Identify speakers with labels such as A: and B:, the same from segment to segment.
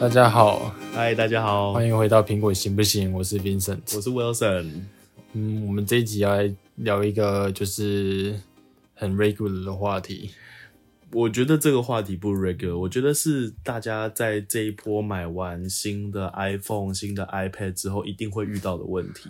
A: 大家好，
B: 嗨，大家好，
A: 欢迎回到苹果行不行？我是 Vincent。
B: 我是 Wilson。
A: 嗯，我们这一集要来聊一个就是很 regular 的话题。
B: 我觉得这个话题不 regular，我觉得是大家在这一波买完新的 iPhone、新的 iPad 之后一定会遇到的问题。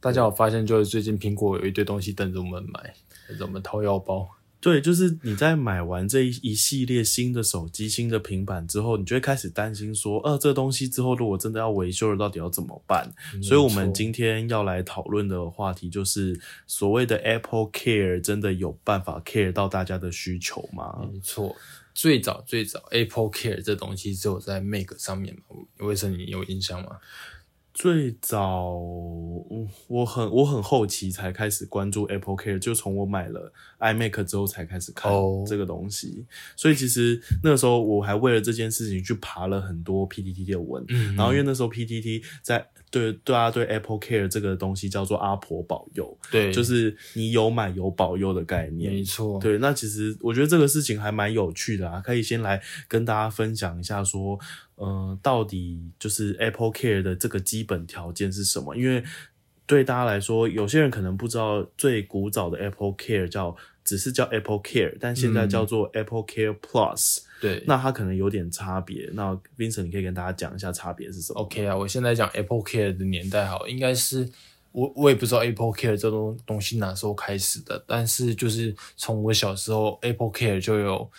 A: 大家有发现，就是最近苹果有一堆东西等着我们买，等着我们掏腰包。
B: 对，就是你在买完这一一系列新的手机、新的平板之后，你就会开始担心说，呃，这东西之后如果真的要维修了，到底要怎么办？所以，我们今天要来讨论的话题就是，所谓的 Apple Care 真的有办法 care 到大家的需求吗？
A: 没错，最早最早 Apple Care 这东西只有在 Mac 上面嘛，为什么你有印象吗？
B: 最早，嗯我很我很后期才开始关注 Apple Care，就从我买了 iMac 之后才开始看
A: 哦
B: 这个东西。所以其实那时候我还为了这件事情去爬了很多 PTT 的文，
A: 嗯
B: 然后因为那时候 PTT 在对对大家对 Apple Care 这个东西叫做阿婆保佑，
A: 对，
B: 就是你有买有保佑的概
A: 没
B: 念。
A: 错，
B: 对，那其实我觉得这个事情还蛮有趣的啊，可以先来跟大家分享一下说，呃，到底就是 Apple Care 的这个基本条件是什么？因为对大家来说，有些人可能不知道最古早的 Apple Care 叫只是叫 Apple Care，但现在
A: 嗯
B: 叫做 Apple Care Plus，、
A: 对。
B: 那它可能有点差别。那 Vincent，你可以跟大家讲一下差别是什么？哦
A: OK 啊，我现在讲 Apple Care 的年代好，应该是我我也不知道 Apple Care 这种东西哪时候开始的，但是就是从我小时候 Apple Care 就有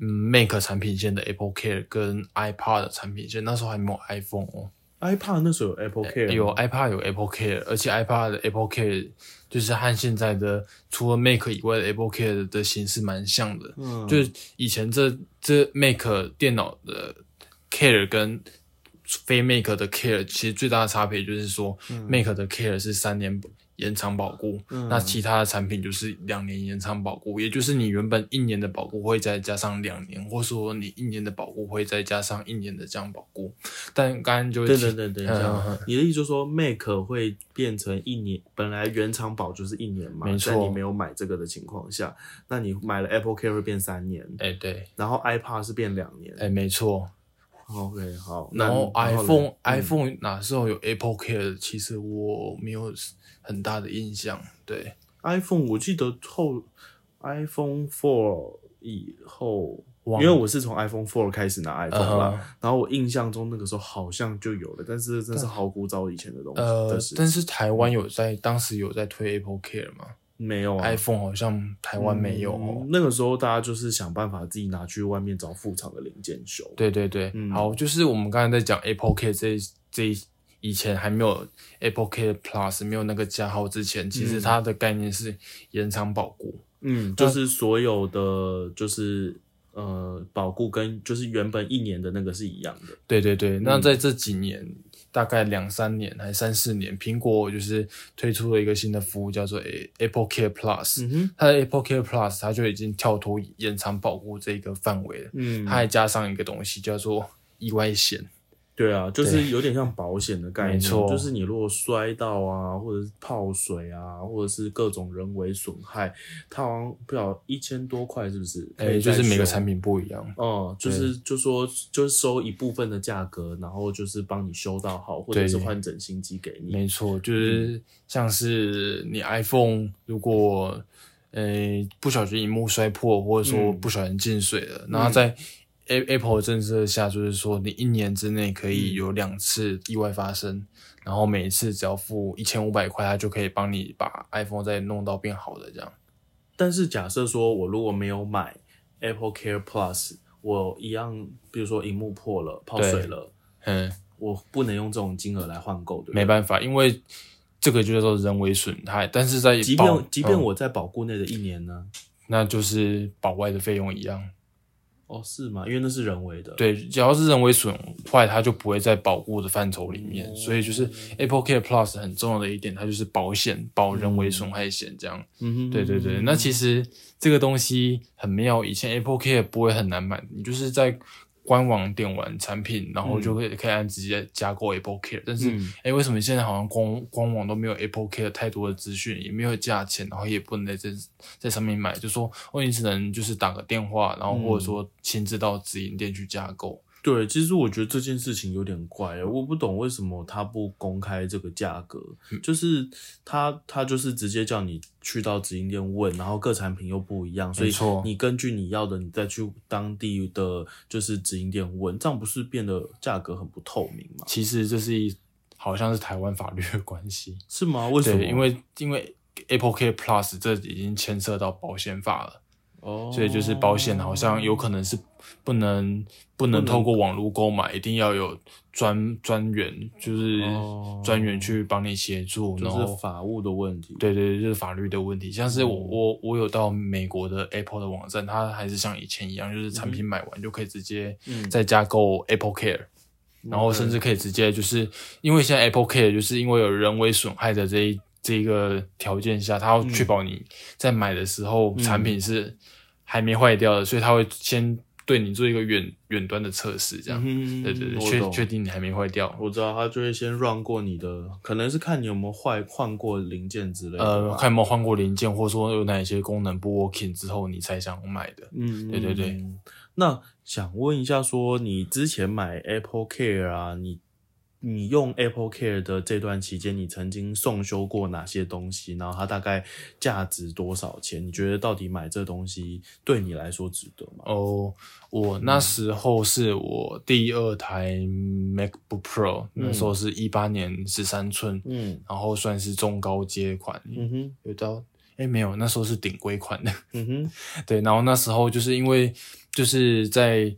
A: 嗯 Mac 产品线的 Apple Care 跟 iPad 的产品线，那时候还没有 iPhone 哦，
B: iPad 那时候有 Apple Care，吗
A: 呃有 iPad 有 Apple Care，而且 iPad 的 Apple Care 就是和现在的除了 Mac 以外的 Apple Care 的形式蛮像的，
B: 嗯
A: 就是以前这这 Mac 电脑的 Care 跟非 Mac 的 Care 其实最大的差别就是说、m
B: 嗯
A: a c 的 Care 是三年延长保固，那其他的产品就是两年延长保固，也就是你原本一年的保固会再加上两年，或说你一年的保固会再加上一年的这样保固。但刚刚就
B: 对
A: 是
B: 对对对，这
A: 嗯
B: 样你的意思就是说，Mac 会变成一年，本来原厂保就是一年嘛
A: 没，错
B: 在你没有买这个的情况下，那你买了 Apple Care 会变三年，
A: 哎、对，
B: 然后 iPad 是变两年。
A: 哎、没错。
B: OK，好。那
A: 然后
B: 然后
A: iPhone
B: 嘞嗯
A: iPhone 哪时候有 Apple Care？其实我没有很大的印象。对，
B: iPhone 我记得后 iPhone Four 以后。因
A: 忘
B: 为我是从 iPhone Four 开始拿 iPhone 啦
A: 嗯
B: 然后我印象中那个时候好像就有了，但是真是好古早以前的东西。
A: 呃
B: 但是，嗯
A: 但是台湾有在当时有在推 Apple Care 吗
B: 没有啊
A: ？iPhone 好像台湾没有哦
B: 嗯。那个时候大家就是想办法自己拿去外面找副厂的零件修。
A: 对对对，
B: 嗯
A: 好，就是我们刚才在讲 Apple Care 这一这一以前还没有 Apple Care Plus 没有那个加号之前，其实它的概念是延长保固。
B: 嗯，就是所有的就是呃保固跟就是原本一年的那个是一样的。
A: 对对对，
B: 嗯
A: 那在这几年，大概两三年还三四年，苹果就是推出了一个新的服务，叫做 A- Apple Care Plus。
B: 嗯哼，
A: 它的 Apple Care Plus 它就已经跳脱延长保护这个范围了，
B: 嗯，
A: 它还加上一个东西叫做意外险。
B: 对啊，就是有点像保险的概念，啊
A: 没错
B: 就是你如果摔到啊，或者是泡水啊，或者是各种人为损害，它好像不了一千多块，是不是？
A: 哎，就是每个
B: 产
A: 产品不一样。
B: 哦、就是就说就是收一部分的价格，然后就是帮你修到好，或者是
A: 对
B: 换整新机给你。
A: 没错，
B: 嗯
A: 就是像是你 iPhone 如果呃不小心荧幕摔破，或者说
B: 嗯
A: 不小心进水了，那、后在 A Apple 的政策下，就是说你一年之内可
B: 嗯
A: 以有两次意外发生，然后每一次只要付一千五百块，它就可以帮你把 iPhone 再弄到变好的这样。
B: 但是假设说我如果没有买 Apple Care Plus，我一样，比如说荧幕破了、泡
A: 对
B: 水了，
A: 嗯，
B: 我不能用这种金额来换购，对不对
A: 没办法，因为这个就叫做人为损害，但是在
B: 即
A: 保
B: 便即便
A: 嗯
B: 我在保固内的一年呢？
A: 那就是保外的费用一样。
B: 哦，是吗？因为那是人为的。，
A: 对，只要是人为损坏，它就不会在保护的范畴里面。所以就是 Apple Care Plus 很重要的一点，它就是保险，保人为损害险这样。
B: 嗯哼，
A: 对对对，那其实这个东西很妙，以前 Apple Care 不会很难买，你就是在官网点完产品，然后
B: 嗯
A: 就会可以按直接加购 Apple Care。但是，哎、为什么现在好像官官网都没有 Apple Care 太多的资讯，也没有价钱，然后也不能在这在上面
B: 嗯
A: 买，就说哦，你只能就是打个电话，然后或者说亲自到直营店去加购。
B: 对，其实我觉得这件事情有点怪，我不懂为什么他不公开这个价格，
A: 嗯
B: 就是他他就是直接叫你去到直营店问，然后各产品又不一样，所
A: 没
B: 以
A: 错
B: 你根据你要的，你再去当地的就是直营店问，这样不是变得价格很不透明吗？
A: 其实这是一好像是台湾法律的关系，
B: 是吗？为什么？
A: 对，因为因为 Apple Care Plus 这已经牵涉到保险法了，
B: 哦，
A: 所以就是保险好像有可能是不能不能透过网络购买，一定要有专专员，就是
B: 哦
A: 专员去帮你协助，
B: 就
A: 然
B: 是
A: 后
B: 法嗯务的问题。
A: 对对，对就是法律的问题。像是我我我有到美国的 Apple 的网站，它还是像以前一样，就是产品买完就可以直接
B: 嗯
A: 在家购 Apple Care，、然后甚至可以直接就是因为现在 Apple Care 就是因为有人为损害的这一这一个条件下，它要
B: 嗯
A: 确保你在买的时候、产品是还没坏掉的，所以它会先对你做一个远远端的测试，这样。
B: 嗯，
A: 对对对，
B: 我
A: 确
B: 懂
A: 确定你还没坏掉。
B: 我知道他就会先 run 过你的，可能是看你有没有坏换过零件之类的。
A: 呃，，看有没有换过零件，或者说有哪一些功能不 working 之后，你才想买的。
B: 嗯，
A: 对对对
B: 嗯。那想问一下说你之前买 Apple Care 啊，你你用 Apple Care 的这段期间，你曾经送修过哪些东西？然后它大概价值多少钱？你觉得到底买这东西对你来说值得吗？
A: 哦，我
B: 嗯
A: 那时候是我第二台 MacBook Pro，、那时候是一八年十三寸，
B: 嗯
A: 然后算是中高阶款，
B: 嗯哼
A: 有到哎没有，那时候是顶规款的，
B: 嗯哼
A: 对，然后那时候就是因为就是在。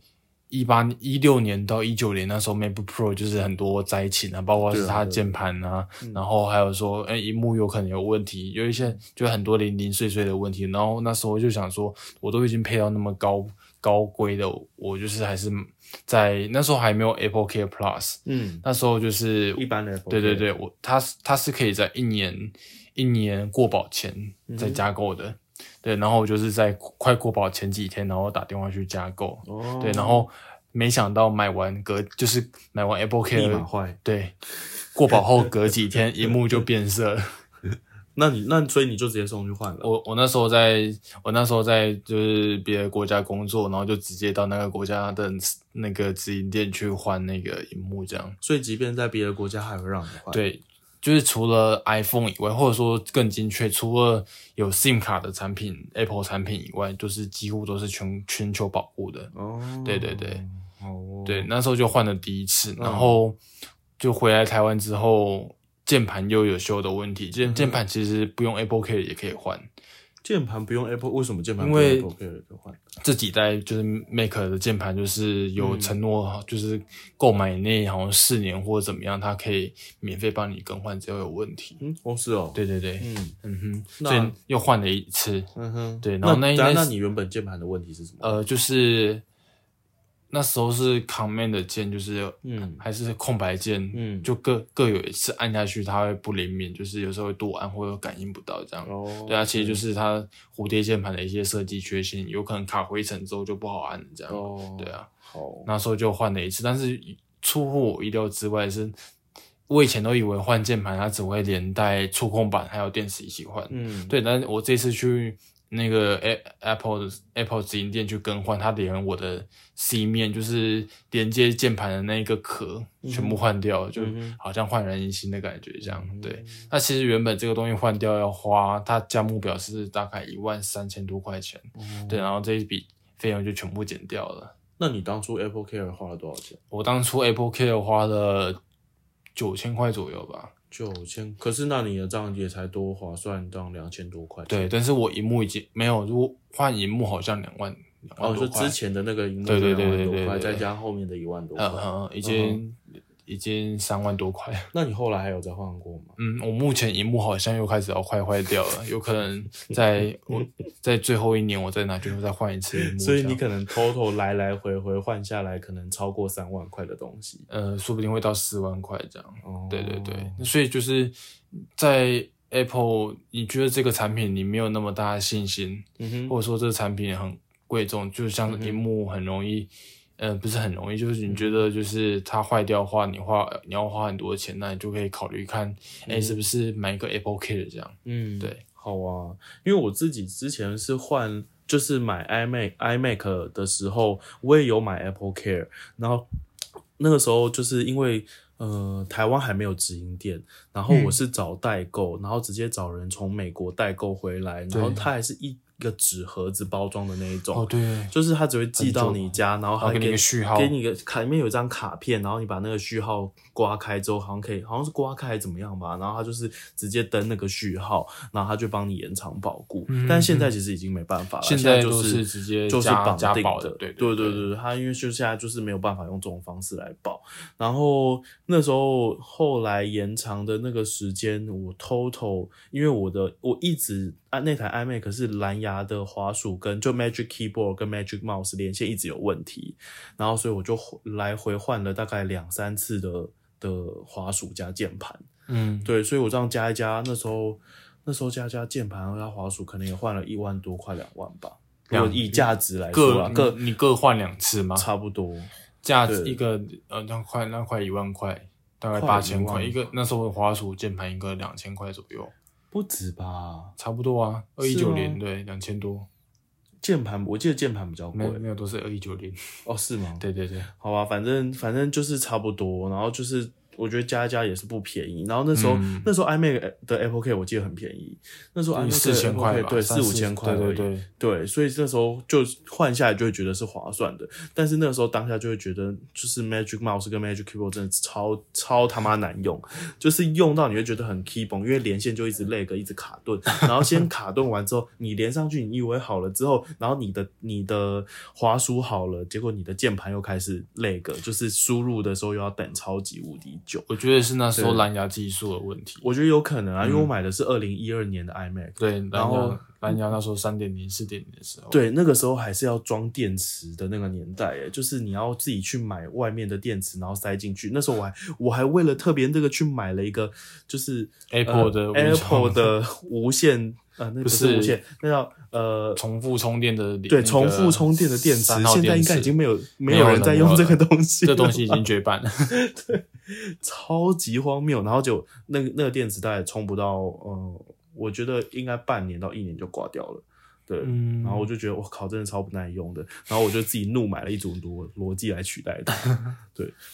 A: 一八一六年到一九年那时候，MacBook Pro 就是很多灾情啊，包括
B: 对啊
A: 是它
B: 对啊
A: 键盘啊，然后还有说，哎、荧幕有可能有问题，有一些就很多零零碎碎的问题。然后那时候就想说，我都已经配到那么高高规的，我就是还是在那时候还没有 Apple Care Plus，
B: 嗯，
A: 那时候就是
B: 一般的 Apple
A: 对对
B: Care
A: 对，我它是它是可以在一年一年过保前再加购的，对，然后我就是在快过保前几天，然后打电话去加购，
B: 哦
A: 对，然后没想到买完隔就是买完 Apple
B: 立马
A: Care，
B: 坏。
A: 对，过保后隔几天荧幕就变色了，
B: 那你那所以你就直接送去换了？
A: 我我那时候在我那时候在就是别的国家工作，然后就直接到那个国家的那个直营店去换那个荧幕这样。
B: 所以即便在别的国家还会让你换。，
A: 对，就是除了 iPhone 以外，或者说更精确，除了有 SIM 卡的产品、Apple 产品以外，就是几乎都是全全球保护的。
B: 哦，
A: 对对对，
B: 哦，
A: 对，，那时候就换了第一次，然后就回来台湾之后，键盘又有修的问题。键键盘其实不用 Apple Care 也可以换，
B: 键盘不用 Apple，为什么键盘
A: 因
B: 不用
A: 为
B: Apple Care 可以换？
A: 这几代就是 Mac 的键盘，就是有承诺，就是购买那好像四年或者怎么样，它可以免费帮你更换，只要有问题。
B: 嗯，哦是哦，，
A: 对对对，
B: 嗯
A: 嗯哼，
B: 那
A: 所以又换了一次。
B: 嗯哼，
A: 对然后那一
B: 那
A: 那
B: 那你原本键盘的问题是什么？
A: 呃，就是那时候是 Command 的键，就是
B: 嗯
A: 还是空白键，
B: 嗯
A: 就各各有一次按下去，它会不灵敏，就是有时候会多按或者感应不到这样。
B: 哦
A: 对啊，其实就是它蝴蝶键盘的一些设计缺陷，有可能卡灰尘之后就不好按了这样。
B: 哦，
A: 对，啊，
B: 好，
A: 那时候就换了一次，但是出乎我意料之外的是，我以前都以为换键盘它只会连带触控板还有电池一起换，
B: 嗯，
A: 对，但是我这次去那个 A- Apple 的 Apple 直营店去更换，它连我的 C 面，就是连接键盘的那个壳、全部换掉，就
B: 嗯
A: 好像焕然一新的感觉这样。对，那其实原本这个东西换掉要花，它价目表是大概一万三千多块钱，
B: 哦
A: 对，然后这一笔费用就全部减掉了。
B: 那你当初 Apple Care 花了多少钱？
A: 我当初 Apple Care 花了九千块左右吧，
B: 九千，可是那你的这样也才多划算，这样两千多块钱。
A: 对，但是我荧幕已经没有，如果换荧幕好像两万。两万
B: 哦，
A: 多
B: 就
A: 块
B: 之前的那个荧幕
A: 对对对
B: 两万
A: 对
B: 多
A: 对
B: 块，
A: 对对
B: 再加后面的一万多
A: 嗯
B: 块。
A: 嗯，已经、已经三万多块。
B: 那你后来还有再换过吗？
A: 嗯，我目前荧幕好像又开始要快坏掉了，有可能在 我在最后一年我再拿去再换一次荧幕这
B: 所
A: 样。
B: 以你可能 total 来来回回换下来，可能超过三万块的东西。
A: 呃，说不定会到四万块这样。
B: 哦，
A: 对对对，那所以就是在 Apple，你觉得这个产品你没有那么大的信心，
B: 嗯哼，
A: 或者说这个产品很贵重，就像
B: 嗯
A: 是荧幕很容易，呃，不是很容易，就是你觉得就是它坏掉的话，你花你要花很多钱，那你就可以考虑看，哎、是不是买一个 Apple Care 这样？
B: 嗯，
A: 对，
B: 好啊，因为我自己之前是换就是买 iMac iMac 的时候，我也有买 Apple Care，然后那个时候就是因为呃台湾还没有直营店，然后我是找代购，然后直接找人从美国代购回来，然后
A: 对
B: 它还是一个纸盒子包装的那一种，
A: 哦，对，
B: 就是他只会寄到你家，然
A: 然
B: 后
A: 后
B: 还
A: 给你一个序号
B: 给你一个卡，里面有一张卡片，然后你把那个序号刮开之后，好像可以，好像是刮开还是怎么样吧，然后他就是直接登那个序号，然后他就帮你延长保固。
A: 嗯
B: 但现在其实已经没办法了，
A: 现
B: 现
A: 在
B: 就
A: 都是
B: 是
A: 直接
B: 就是
A: 加
B: 绑
A: 加
B: 定
A: 保的
B: 对
A: 对
B: 对
A: 对
B: 对对，他因为就现在就是没有办法用这种方式来保。然后那时候后来延长的那个时间，我 total 因为我的我一直啊那台 iMac 是蓝牙的滑鼠跟就 Magic Keyboard 跟 Magic Mouse 连线一直有问题，然后所以我就来回换了大概两三次的的滑鼠加键盘。
A: 嗯，
B: 对，所以我这样加一加，那时候那时候加一加键盘加滑鼠，可能也换了一万多，快两万吧。如果
A: 两
B: 以价值来说
A: 各嗯
B: 啊啦，各
A: 你各换两次吗？
B: 差不多。
A: 价
B: 对
A: 一个呃，那快那快一万块，大概
B: 快
A: 八千块
B: 一万
A: 一个。那时候滑鼠键盘一个两千块左右，
B: 不止吧？
A: 差不多啊，二一
B: 是
A: 九
B: 吗
A: 零对，两千多，
B: 键盘，我记得键盘比较
A: 没
B: 贵
A: 有没有都是二一九零。
B: 哦，是吗？，
A: 对对对，
B: 好吧，反正反正就是差不多，然后就是我觉得加一加也是不便宜，然后那时候、
A: 嗯
B: 那时候 iMac 的 Apple Care 我记得很便宜，那时候 iMac
A: 四千块吧，
B: 对
A: 三
B: 四五千块而已，
A: 对对对，
B: 对，所以那时候就换下来就会觉得是划算的，但是那个时候当下就会觉得，就是 Magic Mouse 跟 Magic Keyboard 真的超超他妈难用，就是用到你会觉得很 key 崩，因为连线就一直 lag，一直卡顿，然后先卡顿完之后，你连上去，你以为好了之后，然后你的你的滑鼠好了，结果你的键盘又开始 lag，就是输入的时候又要等超级无敌久。
A: 我觉得是那时候
B: 对
A: 蓝牙技术的问题。
B: 我觉得有可能啊，因为我买的是二零一二年的 iMac，
A: 对，蓝
B: 后
A: 牙蓝牙那时候三点零、四点零的时候，
B: 对，那个时候还是要装电池的那个年代，哎，就是你要自己去买外面的电池，然后塞进去。那时候我还我还为了特别这个去买了一个，就是呃
A: Apple 的无线
B: Apple 的无线，呃，那
A: 不
B: 不
A: 是
B: 是无线，那叫呃。
A: 重复充电的
B: 对，重复充电的电池，现在应该已经没
A: 有
B: 有没
A: 没有
B: 有人
A: 了
B: 在
A: 没
B: 用
A: 有
B: 这个
A: 了
B: 东西了，
A: 这东西已经绝 版了。
B: 超级荒谬。然后就那个那个电池大概充不到，呃，我觉得应该半年到一年就挂掉了。对，
A: 嗯
B: 然后我就觉得我靠，真的超不耐用的。然后我就自己怒买了一组逻逻辑来取代 它。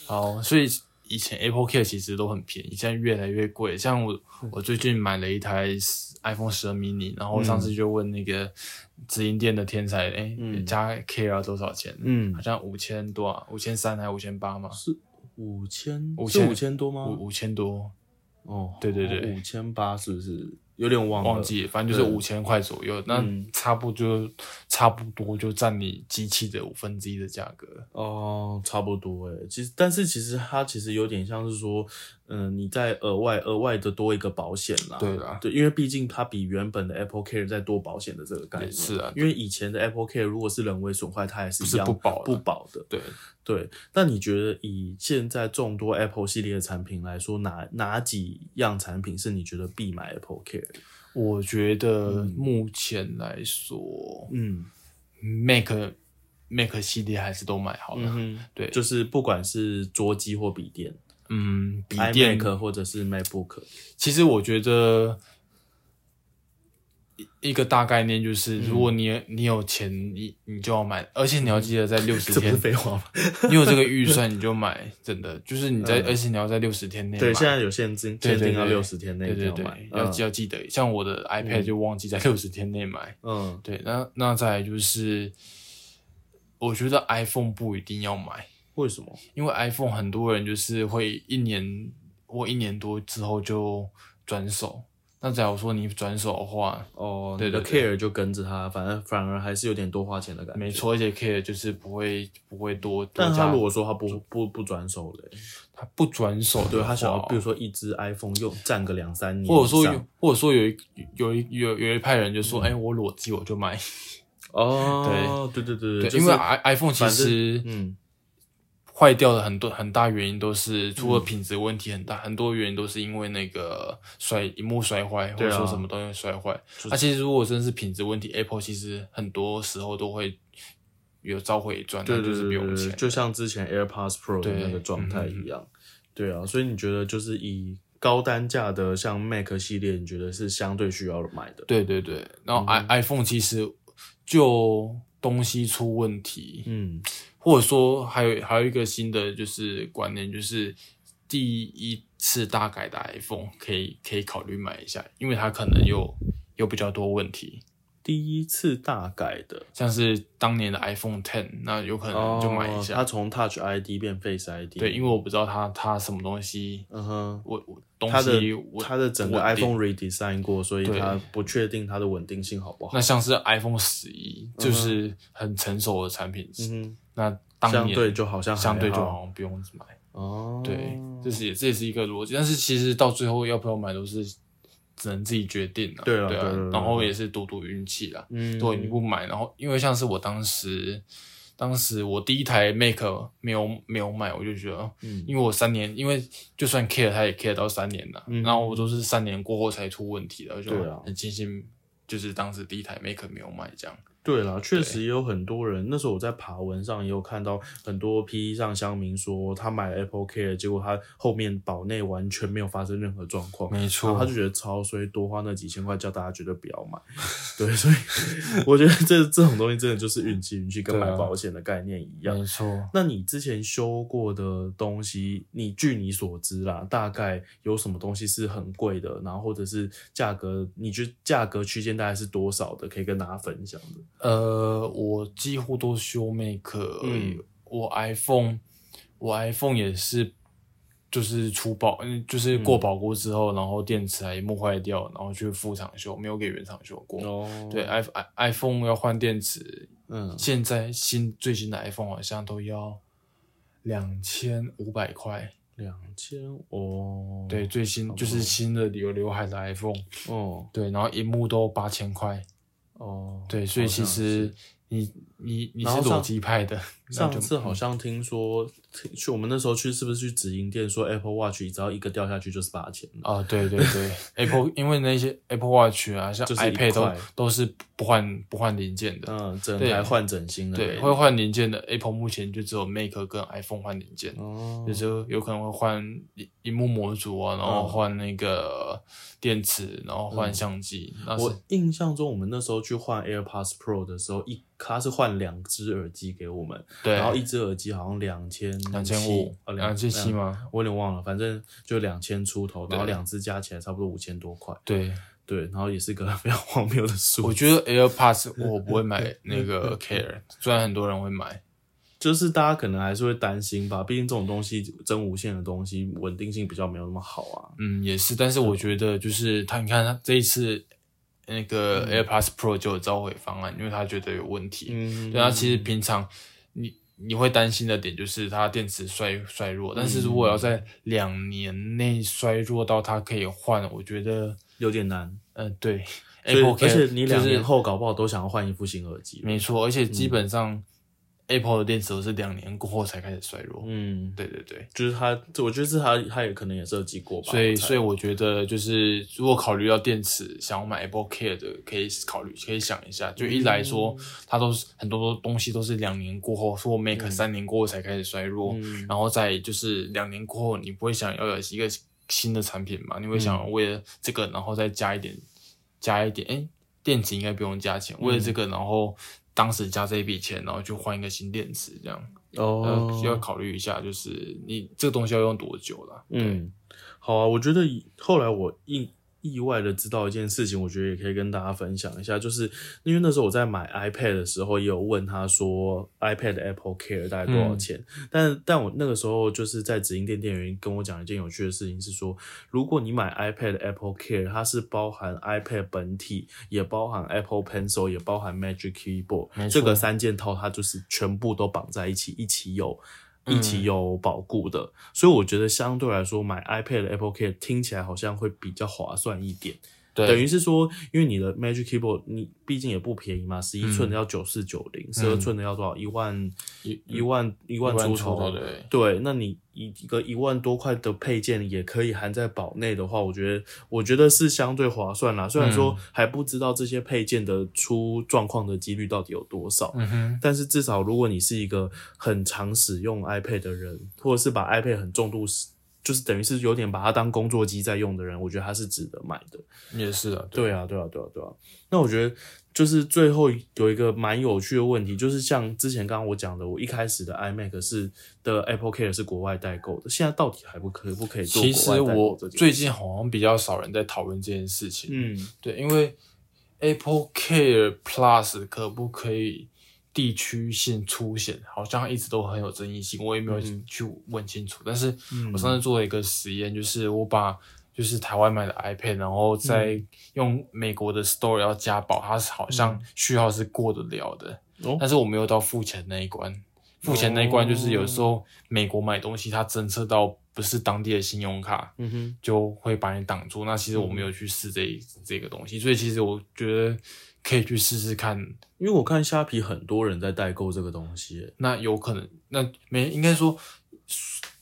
A: 好，所以以前 Apple Care 其实都很便宜，现在越来越贵。像我，我最近买了一台 s- iPhone 十二 mini，然后上次就问那个直营店的天才，哎、
B: 嗯
A: 加 Care 要多少钱？
B: 嗯
A: 好，像五千多啊，五千三还五千八嘛，
B: 五千，
A: 五
B: 是
A: 千
B: 五千多吗？
A: 五五千多，
B: 哦，
A: 对对对
B: 五千八是不是？有点忘了
A: 忘记了，反正就是
B: 对
A: 五千块左右。那
B: 嗯
A: 差不多就差不多就占你机器的五分之一的价格了。
B: 哦，差不多诶。其实，但是其实它其实有点像是说，嗯、你在额外额外的多一个保险啦。
A: 对啦
B: 对，因为毕竟它比原本的 Apple Care 再多保险的这个概念。
A: 也是啊
B: 因为以前的 Apple Care 如果是人为损坏，它也是一样
A: 不是不保的
B: 不保的。
A: 对，
B: 对，那你觉得以现在众多 Apple 系列的产品来说，哪哪几样产品是你觉得必买 Apple Care？的
A: 我觉得
B: 嗯
A: 目前来说，
B: 嗯
A: Mac Mac 系列还是都买好了。
B: 嗯哼，
A: 对
B: 就是不管是桌机或笔电、
A: 嗯，笔电
B: iMac 啊或者是 MacBook，
A: 其实我觉得一一个大概念就是，
B: 嗯
A: 如果你你有钱，你你就要买，而且你要记得在六十
B: 嗯这不是
A: 天，
B: 废话吗？
A: 你有这个预算你就买，真的就是你在，而且你要在六十天内买。
B: 嗯对，现在有限制，
A: 对
B: 限
A: 对
B: 定到
A: 对
B: 六十天内
A: 对
B: 一定
A: 对
B: 要
A: 对
B: 买，，
A: 要
B: 嗯
A: 要记得，像我的 iPad 就忘记在六十天内买。
B: 嗯
A: 对，那那再来就是，我觉得 iPhone 不一定要买，
B: 为什么？
A: 因为 iPhone 很多人就是会一年或一年多之后就转手。那假如说你转手的话，
B: 哦，
A: 对
B: 你的
A: 对对
B: Care 就跟着它，反正反而还是有点多花钱的感觉。
A: 没。错，而且 Care 就是不会不会多多
B: 但他
A: 加
B: 如果说他不不不转手嘞，
A: 他不转手的话，
B: 对他想要，比如说一只 iPhone 用占个两三年以上，
A: 或者说有或者说有一有一有有一派人就
B: 嗯
A: 说，哎、我裸机我就买，
B: 哦，对对对
A: 对，
B: 就是
A: 因为啊 i iPhone 其
B: 反正
A: 实
B: 嗯
A: 坏掉的很多很大原因都是除了品质问题很大，
B: 嗯
A: 很多原因都是因为那个摔荧幕摔坏，或
B: 对啊
A: 者说什么东西摔坏。那、其实如果真是品质问题，Apple 其实很多时候都会有召回转，
B: 对
A: 那
B: 对
A: 就是不
B: 对
A: 用
B: 对
A: 钱
B: 对，。就像之前 AirPods Pro 的
A: 对
B: 那个状态
A: 嗯嗯
B: 一样，对啊，所以你觉得就是以高单价的像 Mac 系列，你觉得是相对需要买的？嗯
A: 对对对，然后 i、iPhone 其实就东西出问题，
B: 嗯
A: 或者说还有还有一个新的就是观念，就是第一次大改的 iPhone 可以可以考虑买一下，因为它可能有有比较多问题，
B: 第一次大改的，
A: 像是当年的 iPhone Ten，那有可能就买一
B: 哦
A: 下。
B: 它从 Touch ID 变 Face ID，
A: 对，因为我不知道它它什么东西，
B: 嗯哼，
A: 我我东
B: 它的
A: 西我
B: 它的整个
A: 稳定
B: iPhone redesign 过，所以
A: 对
B: 它不确定它的稳定性好不好。
A: 那像是 iPhone 十一，就是很成熟的产品，
B: 嗯
A: 那
B: 哼，
A: 当
B: 相
A: 年
B: 对就好像还
A: 相对就
B: 好
A: 好像不用买。
B: 哦，
A: 对，这是也这也是一个逻辑，但是其实到最后要不要买都是只能自己决定了、
B: 对啊
A: 对
B: 对对对
A: 然后也是赌赌运气啦。
B: 嗯，
A: 对，你不买，然后因为像是我当时，当时我第一台 Make 没有没有买，我就觉得，
B: 嗯
A: 因为我三年，因为就算 care 它也 care 到三年了，
B: 嗯
A: 然后我都是三年过后才出问题的，我就
B: 对啊
A: 很庆幸，就是当时第一台 Make 没有买这样。
B: 对啦，确实也有很多人。那时候我在爬文上也有看到很多 P E 上乡民说，他买了 Apple Care，结果他后面保内完全没有发生任何状况。
A: 没
B: 然后他就觉得超衰，多花那几千块，叫大家绝对不要买。对，所以我觉得这这种东西真的就是运气，运气跟
A: 对
B: 买
A: 啊
B: 保险的概念一样。
A: 没错。
B: 那你之前修过的东西，你据你所知啦，大概有什么东西是很贵的，然后或者是价格，你觉得价格区间大概是多少的，可以跟大家分享的？
A: 呃，我几乎都修 Make 而已。
B: 嗯
A: 我 iPhone，我 iPhone 也是，就是出保，嗯，就是过保固之后，然后电池还幕坏掉，然后去副厂修，没有给原厂修过。
B: 哦
A: 对，i 哎 i iPhone 要换电池，
B: 嗯，
A: 现在新最新的 iPhone 好像都要两千五百块。
B: 两千哦，
A: 对，，最新就是新的有刘海的 iPhone，
B: 哦
A: 对，然后荧幕都八千块。
B: 哦，
A: 对，所以其实你你你
B: 然
A: 是
B: 后上
A: 裸机派的，那
B: 上
A: 就
B: 次好像听说，听去我们那时候去是不是去直营店说 Apple Watch 只要一个掉下去就是八千了？
A: 啊，对对 对，Apple 因为那些 Apple Watch 啊，像
B: 就是一
A: iPad
B: 块
A: 都都是不换不换零件的，
B: 嗯，整
A: 哦对
B: 台换整新的那
A: 对，
B: 种，
A: 会换零件的 Apple 目前就只有 Make 跟 iPhone 换零件，
B: 哦
A: 有，时候有可能会换荧荧幕模组啊，然后
B: 嗯
A: 换那个电池，然后换
B: 嗯
A: 相机，那是
B: 我印象中我们那时候去换 AirPods Pro 的时候，一他是换两只耳机给我们，
A: 对，
B: 然后一只耳机好像两千
A: 两千五
B: 呃，
A: 两千七？
B: 两
A: 吗？
B: 我有点忘了，反正就两千出头，然后
A: 对
B: 两只加起来差不多五千多块，
A: 对，
B: 对，然后也是个 非常荒谬的数
A: 我觉得 AirPods 我不会
B: 嗯
A: 买那个 Care，虽然很多人会买，
B: 就是大家可能还是会担心吧，毕竟这种东西真无线的东西稳定性比较没有那么好啊。
A: 嗯，也是，但是我觉得就是他，你看他这一次那个 AirPods Pro 就有召回方案，因为他觉得有问题。
B: 嗯
A: 对啊，其实平常你你会担心的点就是它电池衰衰弱，但是如
B: 嗯
A: 果要在两年内衰弱到它可以换，我觉得，
B: 有点难，
A: 嗯、对
B: 所以
A: ，Apple
B: 而
A: Care
B: 且你两
A: 就是
B: 年后搞嗯不好都想要换一副新耳机。
A: 没错，而且基本上、Apple 的电池都是两年过后才开始衰弱。
B: 嗯，
A: 对对对。
B: 就是他，我觉得是他，他也可能也设计过吧。
A: 所以，
B: 我猜
A: 所以我觉得就是，如果考虑到电池，想要买 Apple Care 的，可以考虑，可以想一下。就一来说，
B: 嗯
A: 它都是很多东西都是两年过后，或 Make 三年过后才开始衰弱，
B: 嗯
A: 然后再就是两年过后，你不会想要有一个新的产品嘛？你会想
B: 嗯
A: 要为了这个，然后再加一点，加一点，哎、电池应该不用加
B: 嗯
A: 钱，为了这个，然后当时加这一笔钱，然后就换一个新电池，这样，呃，要
B: 哦，
A: 考虑一下，就是你这个东西要用多久啦？
B: 嗯，好啊。我觉得以后来我意意外的知道一件事情，我觉得也可以跟大家分享一下，就是因为那时候我在买 iPad 的时候，也有问他说 iPad 的 Apple Care 大概多
A: 嗯
B: 少钱，但但我那个时候就是在直营店店员跟我讲一件有趣的事情，是说如果你买 iPad Apple Care，它是包含 iPad 本体，也包含 Apple Pencil，也包含 Magic
A: 没
B: Keyboard，
A: 错
B: 这个三件套它就是全部都绑在一起，一起有。
A: 嗯
B: 一起有保固的，所以我觉得相对来说买 iPad Apple Care 听起来好像会比较划算一点。
A: 对，
B: 等于是说，因为你的 Magic Keyboard 你毕竟也不便宜嘛，十一寸的要九四九零，十二寸的要多少？一万
A: 嗯一
B: 一万一
A: 一
B: 万出
A: 出
B: 头
A: 头，对，
B: 对，那你一一个一万多块的配件也可以含在保内的话，我觉得我觉得是相对划算啦。虽然说
A: 嗯
B: 还不知道这些配件的出状况的几率到底有多少，
A: 嗯哼，
B: 但是至少如果你是一个很常使用 iPad 的人，或者是把 iPad 很重度使就是等于是有点把它当工作机在用的人，我觉得他是值得买的。
A: 也是啊，对，
B: 对啊，对啊，对啊，对啊。那我觉得就是最后有一个蛮有趣的问题，就是像之前刚刚我讲的，我一开始的 iMac 是的 Apple Care 是国外代购的，现在到底还不可不可以做
A: 其实
B: 国外代购
A: 我
B: 这件事？
A: 最近好像比较少人在讨论这件事情，
B: 嗯
A: 对，因为 Apple Care Plus 可不可以地区性出险，好像一直都很有争议性，我也
B: 嗯
A: 没有去问清楚。但是我上次做了一个实验，就是我把就是台湾买的 iPad，然
B: 嗯
A: 后再用美国的 Store 要加保，它是好
B: 嗯
A: 像序号是过得了的，
B: 哦
A: 但是我没有到付钱那一关。付钱那一关就是有时候美国买东西，它侦测到不是当地的信用卡，
B: 嗯哼
A: 就会把你挡住。那其实我
B: 嗯
A: 没有去试这一、这个东西，所以其实我觉得可以去试试看。
B: 因为我看虾皮很多人在代购这个东西耶，
A: 那有可能，那没应该说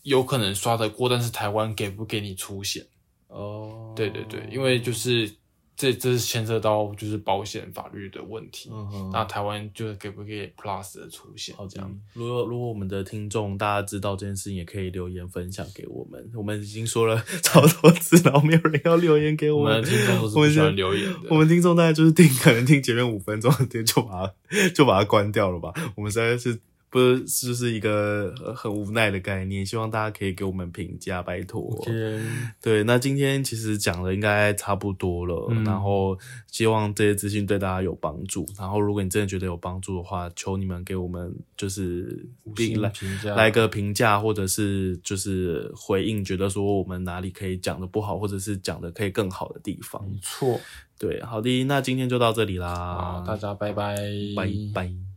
A: 有可能刷得过，但是台湾给不给你出险？
B: 哦
A: 对对对，因为就是这这是牵涉到就是保险法律的问题。
B: 嗯哼，
A: 那台湾就是给不给 Plus 的出险
B: 好
A: 这样？。
B: 嗯如果如果我们的听众大家知道这件事情，也可以留言分享给我们。我们已经说了 超多次了，然后没有人要留言给
A: 我
B: 我
A: 们
B: 们
A: 的。听众都是
B: 我
A: 不
B: 们
A: 喜欢
B: 现在
A: 留言的。
B: 我们听众大概就是听，可能听前面五分钟，就把它 就把它关掉了吧。我们实在是不是就是一个呃很无奈的概念，希望大家可以给我们评价，拜托。对，那今天其实讲的应该差不多了，
A: 嗯
B: 然后希望这些资讯对大家有帮助。然后，如果你真的觉得有帮助的话，求你们给我们就是
A: 五
B: 并
A: 星
B: 来
A: 评价
B: 来个评价，或者是就是回应，觉得说我们哪里可以讲的不好，或者是讲的可以更好的地
A: 嗯
B: 方。
A: 没错，
B: 对，好的，那今天就到这里
A: 好，
B: 啦，
A: 啊大家拜拜，
B: 拜拜。